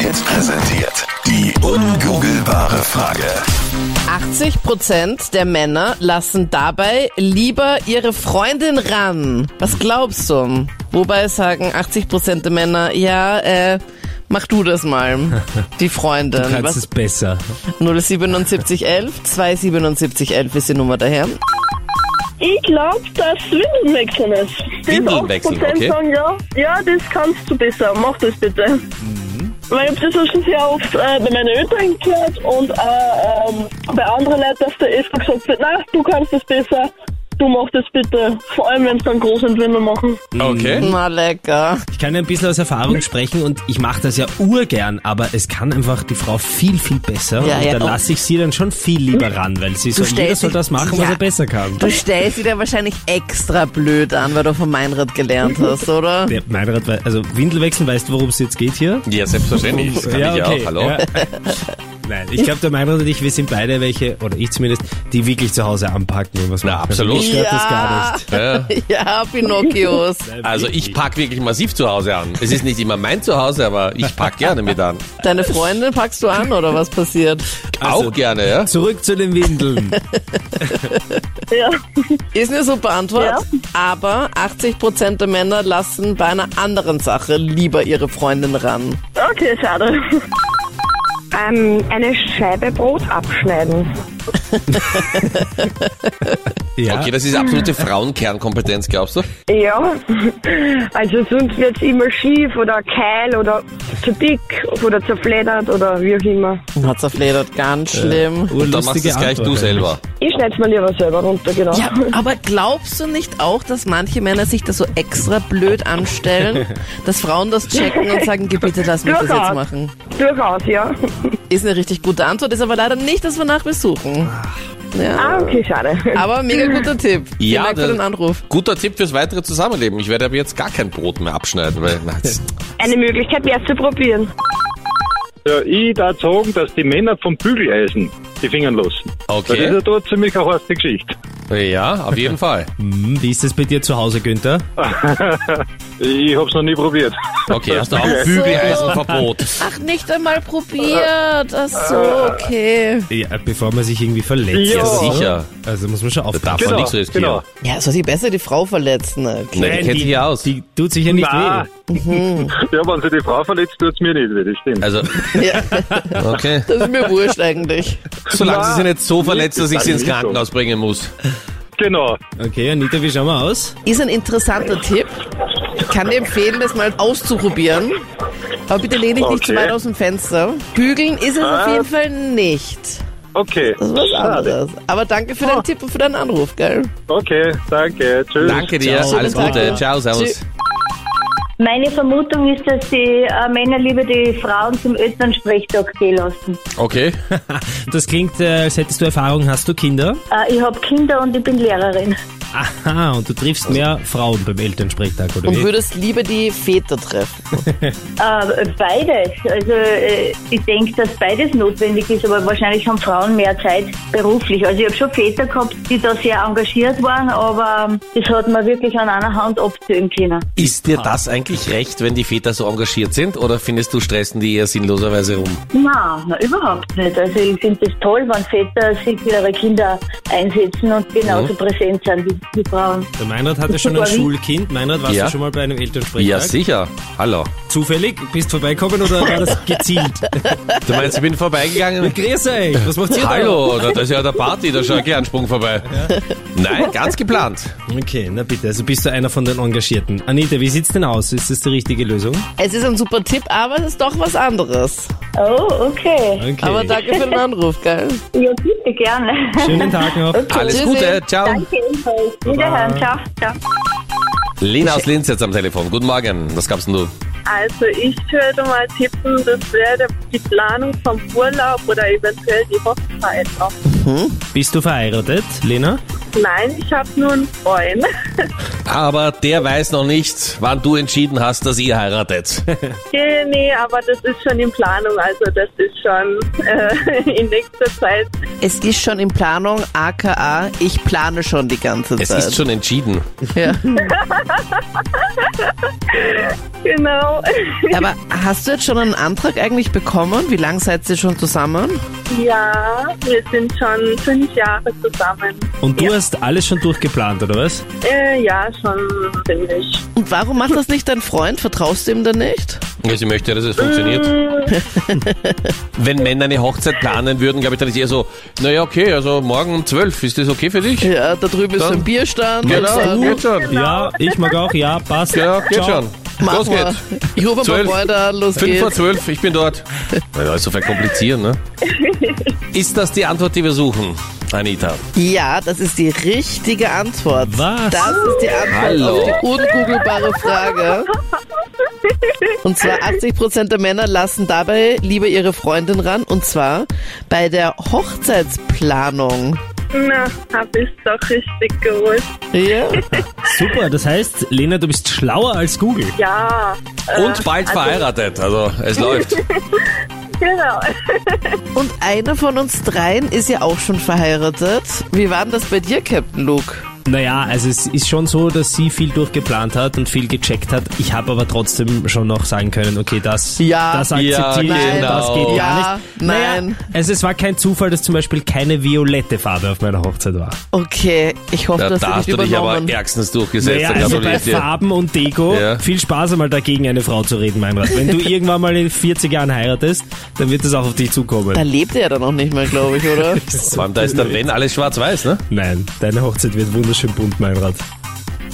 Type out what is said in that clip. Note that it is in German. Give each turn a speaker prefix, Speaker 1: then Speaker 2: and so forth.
Speaker 1: Hits präsentiert die ungoogelbare Frage.
Speaker 2: 80 Prozent der Männer lassen dabei lieber ihre Freundin ran. Was glaubst du? Wobei sagen 80 Prozent der Männer, ja, äh, mach du das mal. Die Freundin.
Speaker 3: Du kannst
Speaker 2: Was?
Speaker 3: es besser.
Speaker 2: 07711 27711 ist die Nummer daher.
Speaker 4: Ich glaube, dass Windeln wechseln ist. Das
Speaker 5: Windeln wechseln,
Speaker 4: 8%
Speaker 5: okay.
Speaker 4: sagen, ja, ja, das kannst du besser. Mach das bitte. Weil ich habe das auch schon sehr oft äh, bei meinen Eltern gehört und auch ähm, bei anderen Leuten, dass der öfter gesagt wird, nein, du kannst das besser, du mach das bitte. Vor allem, wenn sie dann groß und Windeln machen.
Speaker 5: Okay.
Speaker 2: Na lecker.
Speaker 3: Ich kann ein bisschen aus Erfahrung sprechen und ich mache das ja urgern, aber es kann einfach die Frau viel, viel besser.
Speaker 2: Ja,
Speaker 3: und
Speaker 2: ja,
Speaker 3: da
Speaker 2: doch.
Speaker 3: lasse ich sie dann schon viel lieber ran, weil sie so, jeder
Speaker 2: stellst
Speaker 3: soll
Speaker 2: dich-
Speaker 3: das machen, was
Speaker 2: Ja.
Speaker 3: er besser kann.
Speaker 2: Du stellst sie dir wahrscheinlich extra blöd an, weil du von Meinrad gelernt hast, oder?
Speaker 3: Der Meinrad, wei- also Windel wechseln, weißt du, worum es jetzt geht hier?
Speaker 5: Ja, selbstverständlich. Das kann ich auch. Hallo.
Speaker 3: ja. Nein, ich glaube, der Meinrad und ich, wir sind beide welche, oder ich zumindest, die wirklich zu Hause anpacken und was
Speaker 5: Na,
Speaker 3: machen.
Speaker 5: absolut.
Speaker 3: Also, mich stört das gar nicht.
Speaker 5: Ja.
Speaker 2: Ja, Pinocchios.
Speaker 5: Also ich pack wirklich massiv zu Hause an. Es ist nicht immer mein Zuhause, aber ich pack gerne mit an.
Speaker 2: Deine Freundin packst du an oder was passiert?
Speaker 5: Auch gerne, ja.
Speaker 3: Zurück zu den Windeln.
Speaker 4: Ja.
Speaker 2: Ist eine super Antwort, aber 80% der Männer lassen bei einer anderen Sache lieber ihre Freundin ran.
Speaker 4: Okay, schade.
Speaker 6: Ähm, eine Scheibe Brot abschneiden.
Speaker 3: Ja.
Speaker 5: Okay, das ist absolute Frauenkernkompetenz, glaubst du?
Speaker 6: Ja, also sonst wird's immer schief oder keil oder zu dick oder zerfleddert oder wie auch immer.
Speaker 2: Hat's erfledert, ganz schlimm.
Speaker 5: Und dann machst du es gleich du selber.
Speaker 6: Ich schneid's mir lieber selber runter, genau.
Speaker 2: Ja, aber glaubst du nicht auch, dass manche Männer sich da so extra blöd anstellen, dass Frauen das checken und sagen, "Geh bitte lass mich das jetzt
Speaker 6: Durchaus.
Speaker 2: machen?
Speaker 6: Durchaus, ja.
Speaker 2: Ist eine richtig gute Antwort, ist aber leider nicht, dass wir nachbesuchen. Ja,
Speaker 6: Ah, okay, schade.
Speaker 2: aber mega guter Tipp. Vielen
Speaker 5: Ja,
Speaker 2: Dank für
Speaker 5: das-
Speaker 2: den Anruf.
Speaker 5: Guter Tipp fürs weitere Zusammenleben. Ich werde aber jetzt gar kein Brot mehr abschneiden, weil na, das-
Speaker 6: Eine Möglichkeit wäre zu probieren.
Speaker 7: Ja, ich darf sagen, dass die Männer vom Bügeleisen die Finger lassen. Das ist
Speaker 5: Okay.
Speaker 7: ja dort ziemlich eine heiße Geschichte.
Speaker 5: Ja, auf jeden Fall.
Speaker 3: Hm, Wie ist das bei dir zu Hause, Günther?
Speaker 7: Ich hab's noch nie probiert.
Speaker 5: Okay, hast du auch
Speaker 2: so.
Speaker 5: Bügeleisenverbot.
Speaker 2: Ach, nicht einmal probiert. Ach so,
Speaker 5: Äh,
Speaker 2: okay.
Speaker 3: Ja, bevor man sich irgendwie verletzt.
Speaker 7: Ja,
Speaker 3: oder?
Speaker 5: sicher.
Speaker 3: Also muss man schon
Speaker 5: Darf
Speaker 3: aufpassen.
Speaker 5: man nichts riskieren.
Speaker 7: genau.
Speaker 2: Ja, soll sie besser die Frau verletzen? ne? Okay.
Speaker 5: Nein, die kennt sich ja aus.
Speaker 3: Die tut sich ja nicht
Speaker 7: Nein. Mhm.
Speaker 3: weh.
Speaker 7: Ja, wenn sie die Frau verletzt, tut's mir nicht weh, das stimmt.
Speaker 5: Also,
Speaker 2: Ja,
Speaker 5: okay.
Speaker 2: das ist mir wurscht eigentlich.
Speaker 5: Solange sie
Speaker 7: Na,
Speaker 5: sie nicht so verletzt, dass ich sie ins
Speaker 7: das ist so.
Speaker 5: Krankenhaus bringen muss.
Speaker 7: Genau.
Speaker 3: Okay, Anita, wie schauen wir aus?
Speaker 2: Ist ein interessanter Tipp. Ich kann dir empfehlen, das mal auszuprobieren. Aber bitte lehn dich nicht zu
Speaker 7: Okay.
Speaker 2: weit aus dem Fenster. Bügeln ist es auf
Speaker 7: Ah.
Speaker 2: jeden Fall nicht.
Speaker 7: Okay.
Speaker 2: Das ist was anderes. Aber danke für
Speaker 5: Oh.
Speaker 2: deinen Tipp und für deinen Anruf, gell?
Speaker 7: Okay, danke. Tschüss.
Speaker 5: Danke dir.
Speaker 2: Ciao.
Speaker 5: Alles
Speaker 2: Schönen Tag
Speaker 5: Gute.
Speaker 2: noch.
Speaker 5: Ciao, servus.
Speaker 2: Tschüss.
Speaker 8: Meine Vermutung ist, dass die äh, Männer lieber die Frauen zum Elternsprechtag gehen lassen.
Speaker 5: Okay.
Speaker 3: Das klingt, äh, als hättest du Erfahrung. Hast du Kinder?
Speaker 8: Äh, ich habe Kinder und ich bin Lehrerin.
Speaker 3: Aha, und du triffst mehr Frauen beim Elternsprechtag, oder
Speaker 2: Und
Speaker 3: wie?
Speaker 2: würdest lieber die Väter treffen.
Speaker 8: Äh, beides. Also äh, ich denke, dass beides notwendig ist, aber wahrscheinlich haben Frauen mehr Zeit beruflich. Also ich habe schon Väter gehabt, die da sehr engagiert waren, aber ähm, das hat man wirklich an einer Hand abzählen können.
Speaker 5: Ist dir das eigentlich recht, wenn die Väter so engagiert sind oder findest du, stressen die eher sinnloserweise rum?
Speaker 8: Na, na überhaupt nicht. Also ich finde es toll, wenn Väter sich für ihre Kinder einsetzen und genauso präsent sind wie die Frauen.
Speaker 3: Der Meinrad hatte schon ein
Speaker 8: Sorry.
Speaker 3: Schulkind. Meinrad, warst
Speaker 5: Ja.
Speaker 3: du schon mal bei einem Elternsprechtag?
Speaker 5: Ja, sicher. Hallo.
Speaker 3: Zufällig? Bist vorbeikommen oder war das gezielt?
Speaker 5: Du meinst, ich bin vorbeigegangen?
Speaker 3: Grüß euch, was macht ihr
Speaker 5: Hallo, da da ist ja der Party, da schaut ein Sprung vorbei. Nein, ganz geplant.
Speaker 3: da? Okay, na bitte, also bist du einer von den Engagierten. Anita, wie sieht's denn aus? Ist das die richtige Lösung?
Speaker 2: Es ist ein super Tipp, aber es ist doch was anderes.
Speaker 8: Oh, okay.
Speaker 3: Okay.
Speaker 2: Aber danke für den Anruf, gell?
Speaker 8: Ja, bitte gerne.
Speaker 3: Schönen Tag noch.
Speaker 5: Alles
Speaker 2: Tschüssi.
Speaker 5: Gute, ciao.
Speaker 8: Danke ebenfalls. Wiederhören. Ciao. Ciao.
Speaker 5: Lena aus Linz jetzt am Telefon. Guten Morgen. Was gab's denn du?
Speaker 4: Also ich würde mal tippen, das wäre die Planung vom Urlaub oder eventuell die Hochzeit auch.
Speaker 3: Bist du verheiratet, Lena?
Speaker 4: Nein, ich habe nur einen Freund.
Speaker 5: Aber der weiß noch nicht, wann du entschieden hast, dass ihr heiratet.
Speaker 4: Okay, nee, aber das ist schon in Planung, also das ist schon äh, in nächster Zeit.
Speaker 2: Es ist schon in Planung, aka ich plane schon die ganze
Speaker 5: Es
Speaker 2: Zeit.
Speaker 5: ist schon entschieden.
Speaker 2: ja.
Speaker 4: Genau.
Speaker 2: Aber hast du jetzt schon einen Antrag eigentlich bekommen? Wie lang seid ihr schon zusammen?
Speaker 4: Ja, wir sind schon fünf Jahre zusammen.
Speaker 3: Und du hast alles schon durchgeplant, oder was?
Speaker 4: Äh, ja, schon ziemlich.
Speaker 2: Und warum macht das nicht dein Freund? Vertraust du ihm denn nicht?
Speaker 5: Ja, Sie möchte ja, dass es funktioniert. Wenn Männer eine Hochzeit planen würden, glaube ich, dann ist eher so, naja, okay, also morgen um 12, ist das okay für dich?
Speaker 2: Ja, da drüben ist so ein Bierstand.
Speaker 5: Genau,
Speaker 2: und
Speaker 5: geht schon.
Speaker 3: Ja, ich mag auch, ja, passt.
Speaker 5: Ja, geht
Speaker 3: Ciao.
Speaker 5: schon.
Speaker 2: so. Mach
Speaker 5: Los
Speaker 2: mal.
Speaker 5: geht's.
Speaker 2: Ich rufe mal
Speaker 5: Zwölf.
Speaker 2: Freunde an, äh, los
Speaker 5: 5 vor
Speaker 2: geht's.
Speaker 5: 12, ich bin dort. Naja, ist so verkomplizieren, ne? Ist das die Antwort, die wir suchen, Anita?
Speaker 2: Ja, das ist die richtige Antwort.
Speaker 3: Was?
Speaker 2: Das ist die Antwort
Speaker 5: Hallo.
Speaker 2: auf die ungoogelbare Frage. Und zwar 80% der Männer lassen dabei lieber ihre Freundin ran. Und zwar bei der Hochzeitsplanung.
Speaker 4: Na, hab ich doch richtig gewusst.
Speaker 2: Ja?
Speaker 3: Super, das heißt, Lena, du bist schlauer als Google.
Speaker 4: Ja,
Speaker 5: Und bald verheiratet, also es läuft.
Speaker 4: genau.
Speaker 2: Und einer von uns dreien ist ja auch schon verheiratet. Wie war denn das bei dir, Captain Luke?
Speaker 3: Naja, also es ist schon so, dass sie viel durchgeplant hat und viel gecheckt hat. Ich habe aber trotzdem schon noch sagen können, okay, das,
Speaker 2: Ja.
Speaker 3: das akzeptiere ich
Speaker 5: Ja,
Speaker 3: und das
Speaker 5: genau.
Speaker 3: geht
Speaker 2: Ja,
Speaker 3: gar nicht. Naja,
Speaker 2: nein.
Speaker 3: Also es war kein Zufall, dass zum Beispiel keine violette Farbe auf meiner Hochzeit war.
Speaker 2: Okay, ich hoffe,
Speaker 5: Da,
Speaker 2: dass
Speaker 5: da
Speaker 2: du
Speaker 5: hast
Speaker 2: dich
Speaker 5: du dich aber
Speaker 2: übernommen.
Speaker 5: ärgstens durchgesetzt.
Speaker 3: Naja,
Speaker 5: da
Speaker 3: also
Speaker 5: gratuliere
Speaker 3: bei
Speaker 5: ich dir.
Speaker 3: Farben und Deko,
Speaker 5: Ja.
Speaker 3: viel Spaß einmal dagegen eine Frau zu reden, Meinrad. Wenn du irgendwann mal in 40 Jahren heiratest, dann wird das auch auf dich zukommen.
Speaker 2: da lebt er ja dann auch nicht mehr, glaube ich, oder?
Speaker 5: Vor allem, da ist dann, wenn, alles schwarz-weiß, ne?
Speaker 3: Nein, deine Hochzeit wird wunderschön bunt, Meinrad.